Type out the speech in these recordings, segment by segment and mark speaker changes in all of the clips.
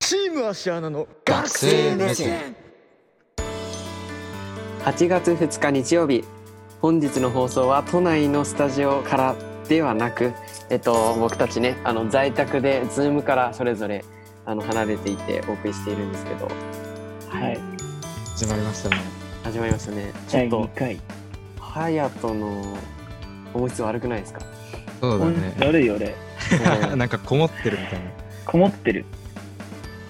Speaker 1: ーム芦穴の
Speaker 2: 学生目線8月2日日曜日本日の放送は都内のスタジオからではなく、えっと、僕たちねあの在宅で Zoom からそれぞれあの離れていてお送りしているんですけど
Speaker 3: はい、
Speaker 4: 始まりましたね。
Speaker 2: 始まりましたねちょ
Speaker 3: 第
Speaker 2: っと
Speaker 3: 2回。
Speaker 2: 隼人の音質悪くないです か
Speaker 4: そうだね。
Speaker 3: 悪い俺、
Speaker 4: なんかこもってるみたいな。
Speaker 3: こもってる。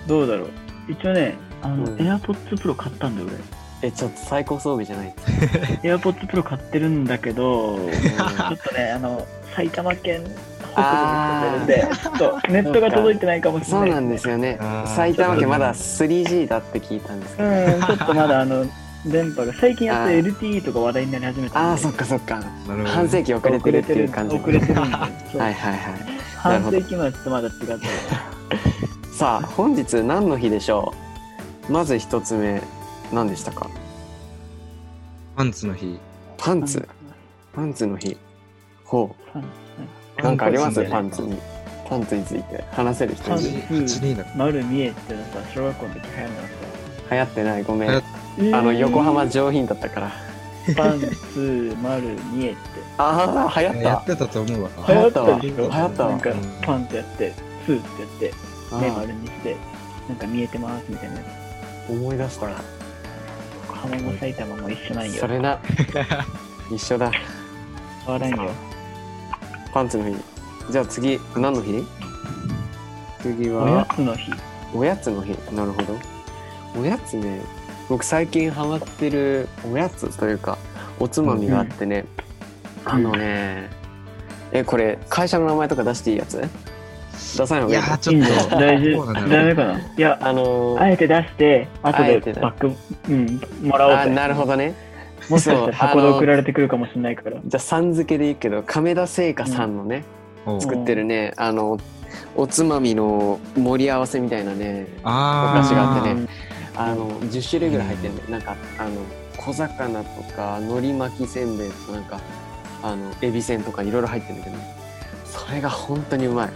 Speaker 3: どうだろう。一応ね、あの、
Speaker 2: うん
Speaker 3: AirPods Pro 買ったんだよ、
Speaker 2: えちょっと最高装備じゃ ないですか
Speaker 3: 俺。AirPods Pro 買ってるんだけ ど、ちょっとね、あの、埼玉県北部に住んでるんで、ちょっとネットが届いてないかもしれ
Speaker 2: そ
Speaker 3: な
Speaker 2: う
Speaker 3: い。
Speaker 2: なんですよね
Speaker 4: あー
Speaker 2: 埼玉県まだ 3G だって聞いたんですけど、
Speaker 3: うん、ちょっとまだあの、電波が、最近やっと
Speaker 2: あー
Speaker 3: LTE とか話題になり始めたんで。
Speaker 2: ああそっかそっか
Speaker 4: なるほ
Speaker 2: 半
Speaker 4: ど。
Speaker 2: 世紀遅れてるっていう感じ
Speaker 3: 遅れてるんで。そう
Speaker 2: はいはいはいなる
Speaker 3: 半
Speaker 2: ほど
Speaker 3: 世紀はちょっとまだ違った。
Speaker 2: さあ本日何の日でしょうまず一つ目何でしたか
Speaker 4: パンツの日。
Speaker 2: パンツパンツの日ほ
Speaker 3: パンツ
Speaker 2: うなんかありますパ
Speaker 4: パ
Speaker 2: ン
Speaker 4: ン
Speaker 2: ツ
Speaker 4: ツ
Speaker 2: にパンツについて話せる人
Speaker 3: パ
Speaker 2: い
Speaker 3: ンツ
Speaker 2: る
Speaker 4: 八人だ。
Speaker 3: 丸見えっていうのさ、小学校の時流行るのさ。
Speaker 2: 流行ってないごめん
Speaker 4: 流行
Speaker 2: あ
Speaker 4: っ
Speaker 2: の横浜上品だったから
Speaker 3: パンツ丸見えって
Speaker 2: ああ流行っ
Speaker 4: や
Speaker 2: た
Speaker 4: ってたと思うわ。
Speaker 2: 流行ったわ
Speaker 3: でしょ
Speaker 4: 流
Speaker 2: 行ったわ
Speaker 3: なんかパンってやってツーってや
Speaker 2: あ
Speaker 3: って目
Speaker 2: ー
Speaker 3: 丸にしてなんか見えてますみたいなやつ
Speaker 2: 思い出したな
Speaker 3: 横浜も埼玉も一緒なん
Speaker 2: そ
Speaker 3: よ
Speaker 2: れな一緒だ
Speaker 3: 変わらんよ
Speaker 2: パンツの日じゃあ次何の日次
Speaker 3: おや
Speaker 2: は
Speaker 3: つの日
Speaker 2: おやつの日なるほどおやつね僕最近ハマってるおやつというかおつまみがあってね、
Speaker 3: うん
Speaker 2: あのねえこれ会社の名前とか出していいやつ出さない方
Speaker 4: い
Speaker 2: が
Speaker 4: や
Speaker 2: いい
Speaker 4: ーち
Speaker 3: い
Speaker 4: ょ
Speaker 3: い
Speaker 4: っ
Speaker 3: んだよ
Speaker 4: と
Speaker 3: 大丈
Speaker 4: そう
Speaker 3: 夫
Speaker 4: な
Speaker 3: ダ
Speaker 4: んだろ
Speaker 3: メ
Speaker 4: う
Speaker 3: かないや
Speaker 2: あのー
Speaker 3: あえて出して後
Speaker 2: あえ
Speaker 3: で
Speaker 2: てだ
Speaker 3: バックうんもらおう
Speaker 2: あ
Speaker 3: と
Speaker 2: なるほどね
Speaker 3: もしかした
Speaker 2: そう
Speaker 3: ら箱で
Speaker 2: あの
Speaker 3: 送られてくるかもしれないから
Speaker 2: じゃあさん付けでいいけど亀田製菓さんのね、
Speaker 4: おう
Speaker 2: 作ってるねあのおつまみの盛り合わせみたいなね
Speaker 4: あ
Speaker 2: お
Speaker 4: ー
Speaker 2: 菓子があってね
Speaker 3: うん
Speaker 2: あの10種類ぐらい入ってるんで、なんかあの小魚とか海苔巻きせんべいとかなんかあのエビせんとかいろいろ入ってるんだけど、ね、それが本当にうまい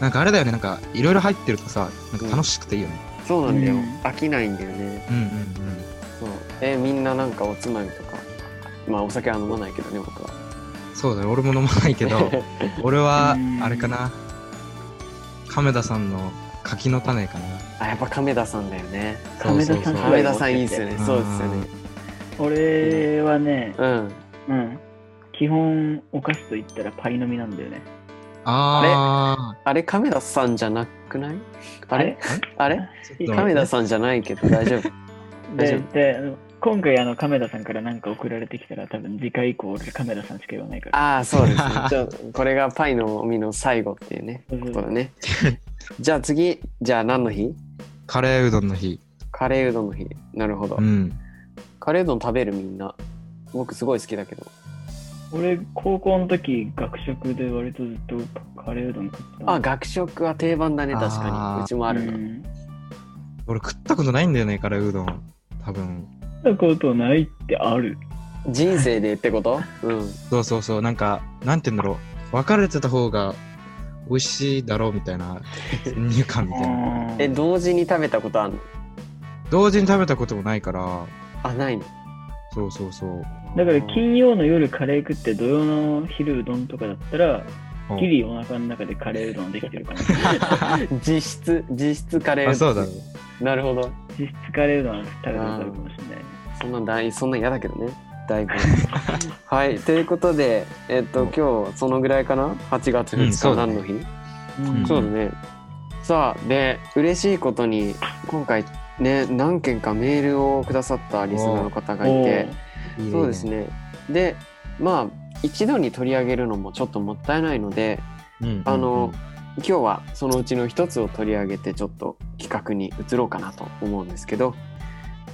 Speaker 4: なんかあれだよね。なんかいろいろ入ってるとさ、なんか楽しくていいよね。
Speaker 2: そうなんだよ、
Speaker 3: うん
Speaker 2: 飽きないんだよね
Speaker 4: うんうん
Speaker 2: そうえみんななんかおつまみとかまあお酒は飲まないけどね僕は
Speaker 4: うん。そうだね。俺も飲まないけど、俺はあれかな。亀田さんの柿の種かな。
Speaker 2: あやっぱ亀田さんだよね
Speaker 4: そう
Speaker 3: 亀
Speaker 4: そ
Speaker 3: 田
Speaker 4: うそ
Speaker 3: さん
Speaker 4: う
Speaker 2: 亀田さんいいっすよね
Speaker 4: うん
Speaker 2: そうですよね
Speaker 3: 俺はね
Speaker 2: うん
Speaker 3: うん基本お菓子と言ったらパイの実なんだよね
Speaker 4: あ
Speaker 2: あれ亀田さんじゃなくないあれあれ
Speaker 4: あ。
Speaker 3: れ
Speaker 4: ちょっと
Speaker 2: 亀田さんじゃないけど大 丈夫大丈
Speaker 3: でで今回あの亀田さんから何か送られてきたら多分次回以降俺亀田さんしか言わないから
Speaker 2: ああそうですねちょこれがパイの実の最後っていうね
Speaker 3: うん
Speaker 2: ことだねじゃあ次じゃあ何の日
Speaker 4: カレーうどんの日。
Speaker 2: カレーうどんの日なるほど、
Speaker 4: うん。
Speaker 2: カレーうどん食べるみんな僕すごい好きだけど
Speaker 3: 俺高校の時学食で割とずっとカレーうどん食ってた
Speaker 2: あ学食は定番だね確か
Speaker 4: あ
Speaker 2: に
Speaker 4: ー
Speaker 2: うちもあるな、
Speaker 3: うん
Speaker 4: 俺食ったことないんだよねカレーうどん多分
Speaker 3: 食ったことないってある
Speaker 2: 人生でってことうん
Speaker 4: そうそうそうなんかなんて言うんだろう分かれてた方が美味しいだろうみたいな先入観みたいな
Speaker 2: え
Speaker 3: え
Speaker 2: 同時に食べたことあるの
Speaker 4: 同時に食べたこともないから
Speaker 2: あないの
Speaker 4: そうそうそう
Speaker 3: だから金曜の夜カレー食って土曜の昼うどんとかだったら
Speaker 4: うん
Speaker 3: ギリお腹の中でカレーうどんでき てるかな
Speaker 2: 実質実質カレー
Speaker 4: あそうだね
Speaker 2: なるほど
Speaker 3: 実質カレーうどんは食べたことあるかもしれないね
Speaker 2: そんなん大そんなん嫌だけどねだいぶはいということでえっと
Speaker 4: うん
Speaker 2: 今日そのぐらいかな8月
Speaker 4: うん
Speaker 2: 2
Speaker 4: そ
Speaker 2: 日
Speaker 4: うだ
Speaker 2: 何
Speaker 4: ね
Speaker 2: の日、
Speaker 4: うん
Speaker 2: そうだね。さあ、で、嬉しいことに、今回、ね、何件かメールをくださったリスナーの方がいて、
Speaker 4: いい
Speaker 2: そうですね。で、まあ、一度に取り上げるのもちょっともったいないので、
Speaker 4: うんうんうん
Speaker 2: あの、今日はそのうちの一つを取り上げて、ちょっと企画に移ろうかなと思うんですけど、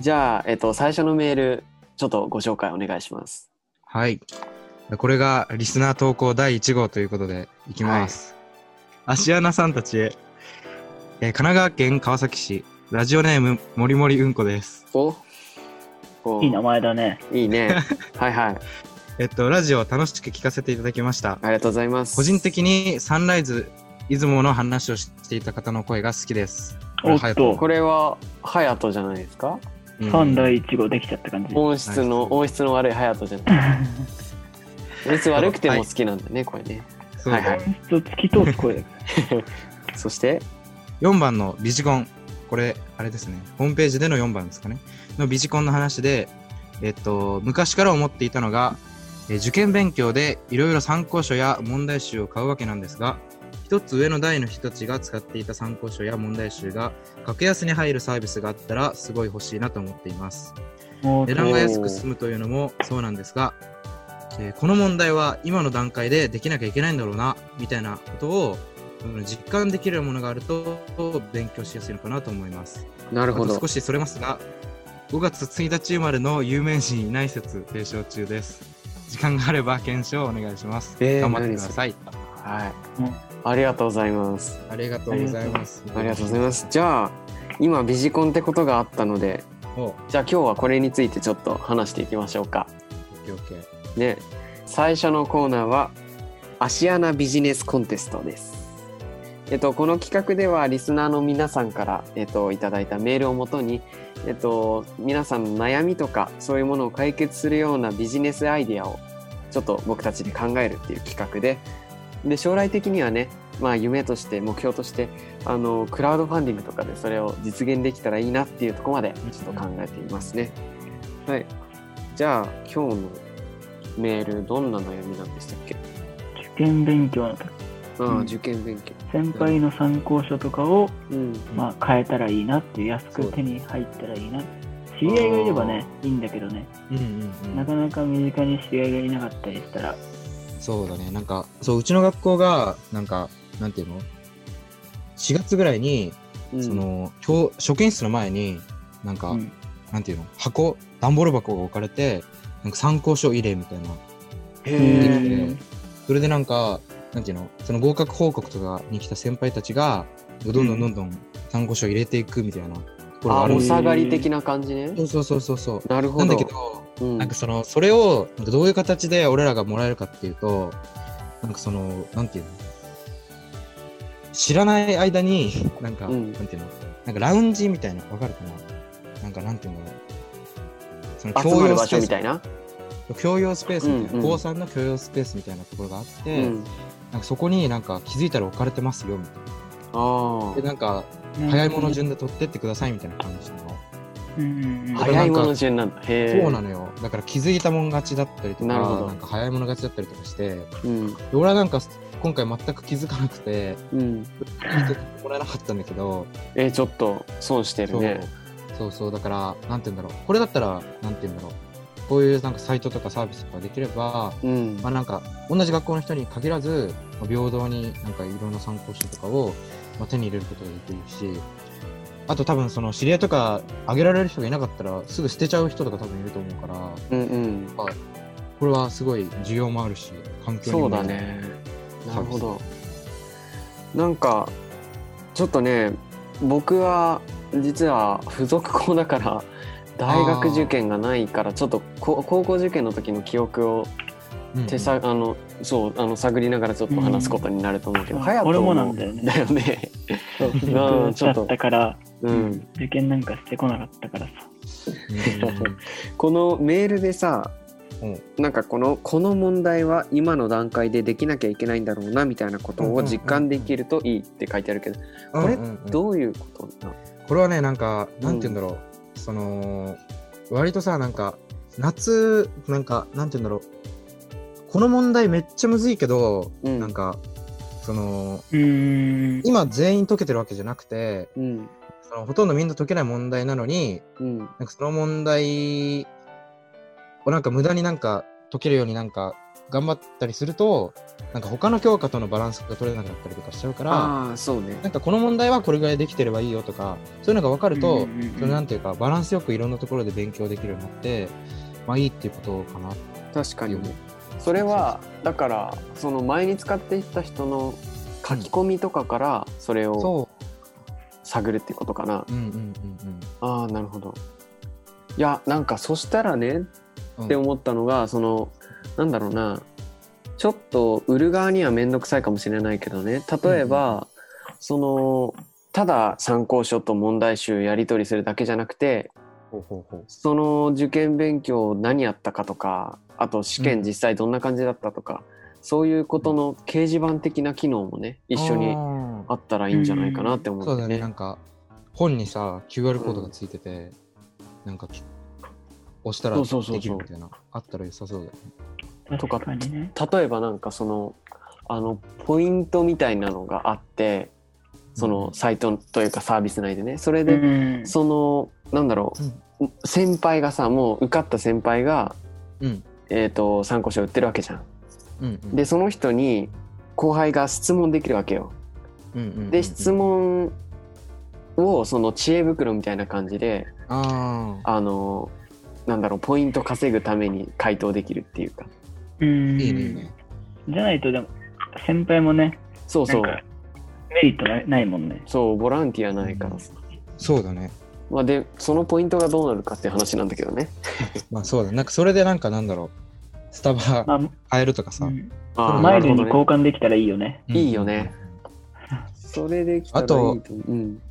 Speaker 2: じゃあ、えっと、最初のメール、ちょっとご紹介お願いします。
Speaker 4: はいこれがリスナー投稿第1号ということでいきます、芦穴さんたちへ、えー神奈川県川崎市ラジオネームもりもりうんこです
Speaker 2: おお
Speaker 3: いい名前だね
Speaker 2: いいね。はいはい。
Speaker 4: えっとラジオを楽しく聞かせていただきました
Speaker 2: ありがとうございます。
Speaker 4: 個人的にサンライズ出雲の話をしていた方の声が好きですこれ
Speaker 3: おっと
Speaker 4: 隼人
Speaker 2: これは隼人じゃないですか
Speaker 4: うん
Speaker 3: 三第一号できちゃった感じ。
Speaker 2: 音質の、音質の悪い隼人じゃ ない別に悪くても好きなんだね、これね
Speaker 4: そう
Speaker 2: はいはい
Speaker 3: 音質を突き通す声だか
Speaker 2: そして
Speaker 4: 4番のビジコン、これ、あれですね、ホームページでの4番ですかね、のビジコンの話で、えっと、昔から思っていたのが、えー受験勉強でいろいろ参考書や問題集を買うわけなんですが、一つ上の台の人たちが使っていた参考書や問題集が格安に入るサービスがあったらすごい欲しいなと思っています。
Speaker 3: ら。もう
Speaker 4: 値
Speaker 3: ち
Speaker 4: 段
Speaker 3: ょ
Speaker 4: が安く済むというのもそうなんですが、えーこの問題は今の段階でできなきゃいけないんだろうなみたいなことをうん実感できるものがあると勉強しやすいのかなと思います。
Speaker 2: なる
Speaker 4: あ
Speaker 2: ほ
Speaker 4: と
Speaker 2: ど
Speaker 4: 少しそれますが5月1日生まれの有名人いない説提唱中です。時間があれば検証をお願いします。
Speaker 2: えー
Speaker 4: 頑張ってください。
Speaker 2: はい
Speaker 3: うん
Speaker 2: ありがとうございます
Speaker 4: ありがとうございます。
Speaker 2: ありがとうござい
Speaker 4: ま。
Speaker 2: ますじゃあ今ビジコンってことがあったのです
Speaker 4: お、オッ
Speaker 2: じゃあ今日はこれについてちょっと話していきましょうか
Speaker 4: ケーオッケー。
Speaker 2: ね最初のコーナーは芦穴ビジネスコンテストですえっと、この企画ではリスナーの皆さんから、えっと、いただいたメールをもとに、えっと、皆さんの悩みとかそういうものを解決するようなビジネスアイデアをちょっと僕たちで考えるっていう企画でで将来的にはね、まあ、夢として目標としてあのクラウドファンディングとかでそれを実現できたらいいなっていうところまでちょっと考えていますね。はい、じゃあ今日のメールどんな悩みなんでしたっけ、
Speaker 3: 受験勉強の時
Speaker 2: ああ
Speaker 3: うん
Speaker 2: 受験勉強、
Speaker 3: 先輩の参考書とかを、
Speaker 2: うん
Speaker 3: まあ、変えたらいいなっていう安く手に入ったらいいな知り合いがいればねいいんだけどね
Speaker 4: うんうんうん。
Speaker 3: なかなか身近に知り合いがいなかったりしたら
Speaker 4: そうだね、なんか、そう、うちの学校が、なんか、なんていうの ?4 月ぐらいに、
Speaker 2: うん
Speaker 4: その、教、職員室の前に、なんか、
Speaker 3: うん
Speaker 4: なんていうの箱、段ボール箱が置かれて、なんか参考書入れみたいな。
Speaker 2: へ
Speaker 3: ー
Speaker 2: え。
Speaker 4: それでなんか、なんていうのその合格報告とかに来た先輩たちが、どんどんどんどん参考書入れていくみたいなところが
Speaker 2: あ、
Speaker 4: ある
Speaker 2: お
Speaker 4: んですよ。
Speaker 2: 下がり的な感じね。
Speaker 4: そうそうそうそう。
Speaker 2: なるほ
Speaker 4: な
Speaker 2: ど。
Speaker 4: んだけど、
Speaker 2: うん
Speaker 4: なんかそのそれをなんかどういう形で俺らがもらえるかっていうとなんかそのなんていうの知らない間になんか、
Speaker 2: うん
Speaker 4: なんていうのなんかラウンジみたいなわかるかななんかなんていうんだろうその
Speaker 2: 集まる場
Speaker 4: スペ
Speaker 2: 所
Speaker 4: ー
Speaker 2: みたい
Speaker 4: ス
Speaker 2: な。
Speaker 4: 共用スペースみたいな、
Speaker 2: うんうん
Speaker 4: 高3の共用スペースみたいなところがあっ
Speaker 2: う
Speaker 4: て、
Speaker 2: ん。
Speaker 4: なんかそこになんか気づいたら置かれてますよみたい
Speaker 2: あ
Speaker 4: なでなんか早いもの順で取ってってくださいみたいな感じの、
Speaker 3: うんうんうん
Speaker 2: あ。
Speaker 4: は
Speaker 2: 早いもの順なんだ。へえ。
Speaker 4: そうなのよだから気づいたもん勝ちだったりとか
Speaker 2: なるほど
Speaker 4: なんか早いもの勝ちだったりとかして
Speaker 2: う
Speaker 4: で
Speaker 2: ん。
Speaker 4: 俺はなんか今回全く気づかなくて
Speaker 2: うん。
Speaker 4: 聞いてもらえなかったんだけど
Speaker 2: えー、ちょっと損してる
Speaker 4: そう
Speaker 2: ね。
Speaker 4: そうそうだからなんて言うんだろうこれだったらなんて言うんだろうこういうなんかサイトとかサービスとかできれば、
Speaker 2: うん
Speaker 4: まあ、。なんか同じ学校の人に限らずまあ平等になんかいろんな参考書とかを、まあ、手に入れることができるしあと多分その知り合いとかあげられる人がいなかったらすぐ捨てちゃう人とか多分いると思うから
Speaker 2: うんうん。
Speaker 4: これはすごい需要もあるし環境に
Speaker 2: そ
Speaker 4: も
Speaker 2: うだね。なるほど。なんかちょっとね、僕は実は付属校だから。大学受験がないからちょっとこ高校受験の時の記憶を
Speaker 4: うんうん
Speaker 2: 手さ、あのそうあの探りながらちょっと話すことになると思うけど、
Speaker 3: うん
Speaker 2: 隼人
Speaker 3: 俺もなんだよね
Speaker 2: だよね。
Speaker 3: そう仕事だったから
Speaker 2: うん、
Speaker 3: 受験なんかしてこなかったからさ
Speaker 4: うん
Speaker 2: このメールでさ、
Speaker 4: うん
Speaker 2: なんかこのこの問題は今の段階でできなきゃいけないんだろうなみたいなことを実感できるといいって書いてあるけどこれ
Speaker 4: うんうんうん
Speaker 2: どういうことなの
Speaker 4: これはねなんか
Speaker 2: ん
Speaker 4: なんて言うんだろう、その割とさなんか夏なんかなんて言うんだろうこの問題めっちゃむずいけど、
Speaker 2: うん
Speaker 4: なんかその
Speaker 3: うーん
Speaker 4: 今全員解けてるわけじゃなくて
Speaker 2: うん
Speaker 4: そのほとんどみんな解けない問題なのに
Speaker 2: うん
Speaker 4: なんかその問題をなんか無駄になんか解けるようになんか頑張ったりするとなんか他の教科とのバランスが取れなくなったりとかしちゃうから
Speaker 2: ああそうね
Speaker 4: なんかこの問題はこれぐらいできてればいいよとかそういうのが分かると、
Speaker 3: うんうんうん
Speaker 4: それなんていうかバランスよくいろんなところで勉強できるようになってまあいいっていうことかなって
Speaker 2: 確か
Speaker 4: い
Speaker 2: に
Speaker 4: うね
Speaker 2: それはだからその前に使っていた人の書き込みとかからそれを
Speaker 4: そ
Speaker 2: 探るってことかな
Speaker 4: ううんうんうん
Speaker 2: ああなるほどいやなんかそしたらね
Speaker 4: うん
Speaker 2: って思ったのが、そのなんだろうなちょっと売る側には面倒くさいかもしれないけどね例えば、そのただ参考書と問題集やり取りするだけじゃなくて
Speaker 4: ほうほうほう。
Speaker 2: その受験勉強何やったかとかあと試
Speaker 4: うん
Speaker 2: 験実際どんな感じだったとか、そういうことの掲示板的な機能もね一緒に
Speaker 4: あ
Speaker 2: あったらいいんじゃないかなって思
Speaker 4: ー
Speaker 2: っ
Speaker 4: そう
Speaker 2: て
Speaker 4: だね、なんか、本にさ、QR コードがついてて、なんか、押したら
Speaker 2: そうそうそうそ
Speaker 4: で
Speaker 2: う
Speaker 4: きるみたいな。あったら良さそうだよね。
Speaker 2: とか
Speaker 3: 確かにね。
Speaker 2: 例えばなんかそのあのポイントみたいなのがあってそのサイトというかサービス内でねそれで
Speaker 3: うん
Speaker 2: そのなんだろう、先輩がさもう受かった先輩が、
Speaker 4: うん。
Speaker 2: えー、と参考書売ってるわけじゃん。
Speaker 4: うんうん。
Speaker 2: でその人に後輩が質問できるわけよ。
Speaker 4: うんうんうんうん
Speaker 2: で質。問をその知恵袋みたいな感じで
Speaker 4: ああ。
Speaker 2: あのなんだろうポイント稼ぐために回答できるっていうか
Speaker 3: うん
Speaker 4: いいね、いいね。
Speaker 3: じゃないと、でも、先輩もね、
Speaker 2: そう
Speaker 3: な
Speaker 2: そ
Speaker 3: ん
Speaker 2: う
Speaker 3: かメリットないないもんね。
Speaker 2: そうボランティアないからさ。
Speaker 4: そうだね。
Speaker 2: まあ、でそのポイントがどうなるかっていう話なんだけどね。
Speaker 4: まあそうだね。なんかそれでなんかなんだろう。スタバ
Speaker 3: まあ
Speaker 4: 変えるとかさ。
Speaker 3: う
Speaker 4: うん
Speaker 3: ん
Speaker 2: あー
Speaker 3: マイルに
Speaker 2: なるほ
Speaker 3: 交
Speaker 2: どね
Speaker 3: 換できたらいいよね。
Speaker 2: いいよね。それできたらいいと思う
Speaker 4: あ
Speaker 2: うん、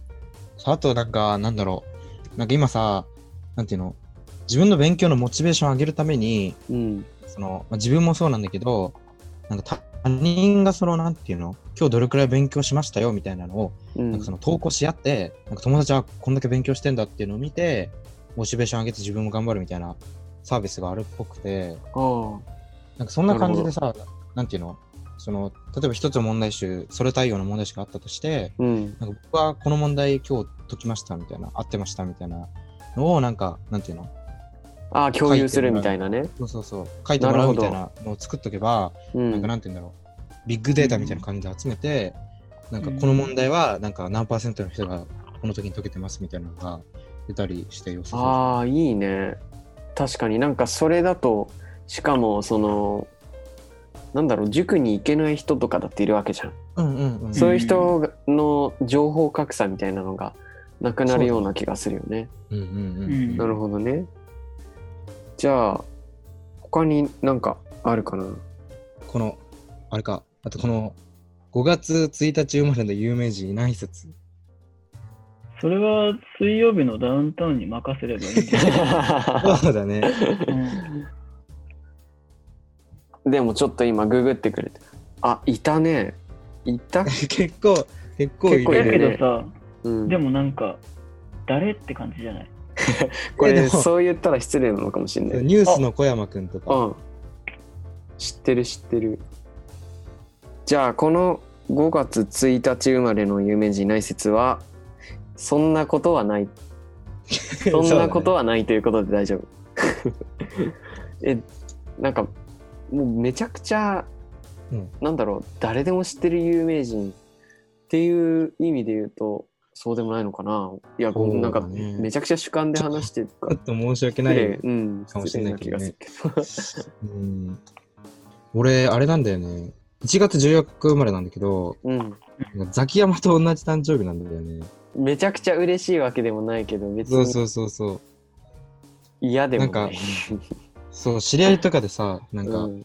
Speaker 4: あとなんかなんだろう。なんか今さ、なんていうの自分の勉強のモチベーションを上げるために、
Speaker 2: うん、
Speaker 4: その、まあ、自分もそうなんだけど、なんか他人がその、なんていうの今日どれくらい勉強しましたよみたいなのを、
Speaker 2: う
Speaker 4: なん
Speaker 2: ん
Speaker 4: かその投稿し合って、なんか友達はこんだけ勉強してんだっていうのを見て、モチベーション上げて自分も頑張るみたいなサービスがあるっぽくて、
Speaker 2: あ
Speaker 4: なんかそんな感じでさ、なんていうのその例えば一つの問題集、それ対応の問題集があったとして、
Speaker 2: あ、うん、
Speaker 4: なんか僕はこの問題今日解きましたみたいな、合ってましたみたいなのを、なんか、なんていうの
Speaker 2: ああ共有するみたいなね。
Speaker 4: そうそうそう、書いてもらうみたい
Speaker 2: な
Speaker 4: なのを作っとけば、
Speaker 2: う
Speaker 4: なんか
Speaker 2: ん、
Speaker 4: なんていうんだろう、ビッグデータみたいな感じで集めて、なんかこの問題は、なんか何パーセントの人がこの時に解けてますみたいなのが出たりしてよさそ
Speaker 2: ああいいね。確かになんかそれだとしかもそのなんだろう塾に行けない人とかだっているわけじゃん。
Speaker 4: う。うんうんうん。
Speaker 2: そういう人の情報格差みたいなのがなくなるような気がするよね。
Speaker 4: うんうんう
Speaker 3: うん
Speaker 4: ん。
Speaker 2: なるほどね。じゃあ他になんかあるかな。
Speaker 4: この、あれか、あとこの、5月1日生まれの有名人いない説。
Speaker 3: それは水曜日のダウンタウンに任せればいいんじゃない
Speaker 4: そうだね。
Speaker 2: でもちょっと今ググってくれてあいたねいた、
Speaker 4: 結構、結構い
Speaker 2: 結構
Speaker 3: うん、
Speaker 2: い
Speaker 3: だ
Speaker 4: る。
Speaker 2: る
Speaker 3: け
Speaker 2: ね
Speaker 3: どさ、
Speaker 2: うん、
Speaker 3: でもなんか、誰って感じじゃない
Speaker 2: こ
Speaker 4: えで
Speaker 2: れ
Speaker 4: も
Speaker 2: そう言ったら失礼なのかもしれない
Speaker 4: ニュースの小山くんとか。
Speaker 2: うん知ってる知ってるじゃあこの5月1日生まれの有名人いない説はそんなことはない そんなこと
Speaker 4: は。
Speaker 2: はないということで大丈 夫えなんかもうめちゃくちゃ、
Speaker 4: うん
Speaker 2: なんだろう誰でも知ってる有名人っていう意味で言うとそうでもないのかないや、
Speaker 4: そうだね
Speaker 2: なんかめちゃくちゃ主観で話してるか
Speaker 4: ちょ
Speaker 2: ら
Speaker 4: っと申し訳な
Speaker 2: 失
Speaker 4: い
Speaker 2: 礼。うん
Speaker 4: かもしれないけどね
Speaker 2: 失礼な気がする
Speaker 4: うん。俺、あれなんだよね。1月14日生まれなんだけど、
Speaker 2: けどうん
Speaker 4: ザキヤマと同じ誕生日なんだよね。
Speaker 2: めちゃくちゃ嬉しいわけでもないけど別
Speaker 4: そうそ
Speaker 2: に
Speaker 4: うそうそう。
Speaker 2: 嫌でもない
Speaker 4: なんかそう、知り合いとかでさ、 なん
Speaker 2: う
Speaker 4: か、
Speaker 2: ん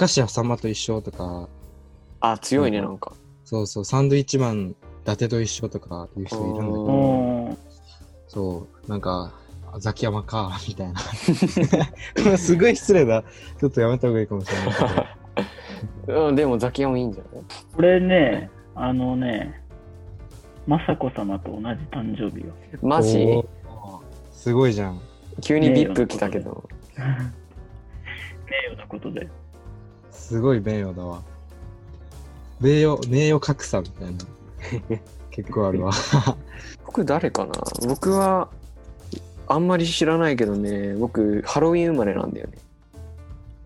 Speaker 4: 明石家さんまと一緒とか、
Speaker 2: あ強いねなんか
Speaker 4: そうそう、サンドイッチマン伊達と一緒とかいう人いるんだけ
Speaker 2: う
Speaker 3: お
Speaker 2: ん
Speaker 4: ど、
Speaker 3: おー
Speaker 4: そう、なんか、あザキヤマか、みたいな。 すごい失礼だ。ちょっとやめた方がいいかもしれないけど。
Speaker 2: うんでもザキヤもいいんじゃない
Speaker 3: これね、あのね、雅子様と同じ誕生日よ。
Speaker 2: マジ
Speaker 4: おーすごいじゃん。
Speaker 2: 急に VIP 来たけど
Speaker 3: 名誉なことで。
Speaker 4: すごい名誉だわ。名誉、名誉格差みたいな。結構あるわ。
Speaker 2: 僕誰かな僕はあんまり知らないけどね僕ハロウィン生まれなんだよね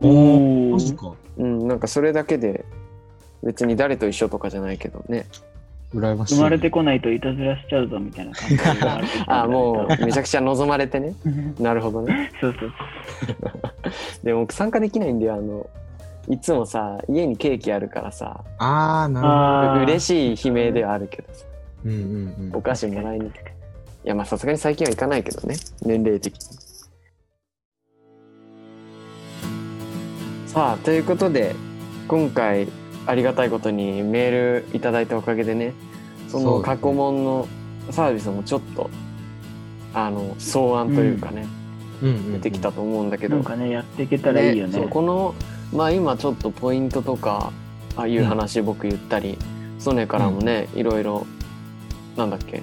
Speaker 4: おー
Speaker 3: お
Speaker 4: マジ
Speaker 3: ー
Speaker 4: か。
Speaker 2: うんなんかそれだけで別に誰と一緒とかじゃないけどね
Speaker 4: 羨ましい。
Speaker 3: 生まれてこないといたずらしちゃうぞみたいな感じがある
Speaker 2: あ もうめちゃくちゃ望まれてねなるほどね
Speaker 3: そうそう
Speaker 2: でも僕参加できないんだよあのいつもさ家にケーキあるからさ
Speaker 4: あー、な
Speaker 3: あー
Speaker 2: 嬉しい悲鳴ではあるけどさ
Speaker 4: るほど。うんうんう
Speaker 2: お
Speaker 4: ん。
Speaker 2: 菓子もらいに行くいやまあさすがに最近は行かないけどね年齢的にさあということで今回ありがたいことにメールいただいたおかげでねそ
Speaker 4: そう
Speaker 2: の
Speaker 4: ですね
Speaker 2: 過去問のサービスもちょっとあの草案というかね、
Speaker 4: うんうんうん
Speaker 2: 出てきたと思うんだけど、
Speaker 3: なんかね、やっていけたらいいよね。
Speaker 2: そうこの、まあ、今ちょっとポイントとかああいう話僕言ったり、ソネからもね、いろいろなんだっけ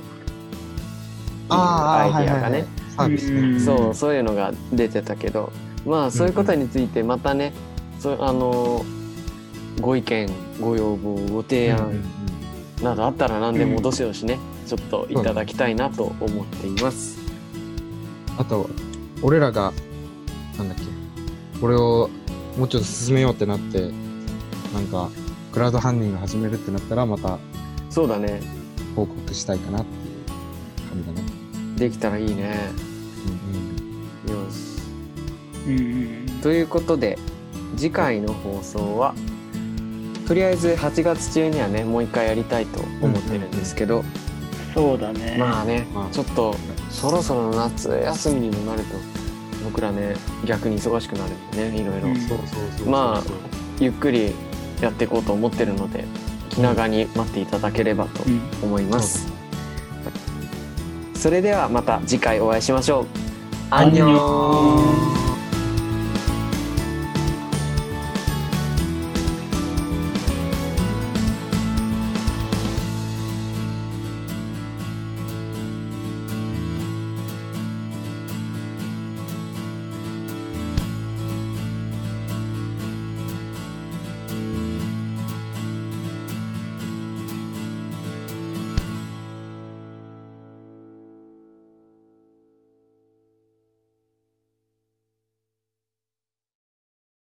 Speaker 4: ああ
Speaker 2: アイディア
Speaker 4: はいは
Speaker 2: がね、
Speaker 4: いはいサービス
Speaker 3: うん
Speaker 4: ね
Speaker 2: そうそういうのが出てたけどまあそういうことについてまたね、そうあのご意見ご要望ご提
Speaker 4: うんうんうん
Speaker 2: 案などあったら何でもどしどしね、ちょっといただきたいなと思っています。
Speaker 4: あと俺らがなんだっけこれをもうちょっと進めようってなってなんかクラウドファンディング始めるってなったらまた
Speaker 2: そうだね
Speaker 4: 報告したいかなっていう感じだね、
Speaker 2: できたらいいね
Speaker 4: うん
Speaker 2: よし
Speaker 3: うんうん
Speaker 2: ということで次回の放送はとりあえず8月中にはねもう一回やりたいと思ってるんですけど、
Speaker 3: そうだね。
Speaker 2: まあね、
Speaker 4: まあ
Speaker 2: ちょっとそろそろ夏休みにもなると僕らね逆に忙しくなるんでねいろいろ、
Speaker 3: うん
Speaker 4: そうそうそうそう
Speaker 2: まあゆっくりやっていこうと思ってるので気長に待っていただければと
Speaker 3: うん
Speaker 2: 思います、それではまた次回お会いしましょうアンニョン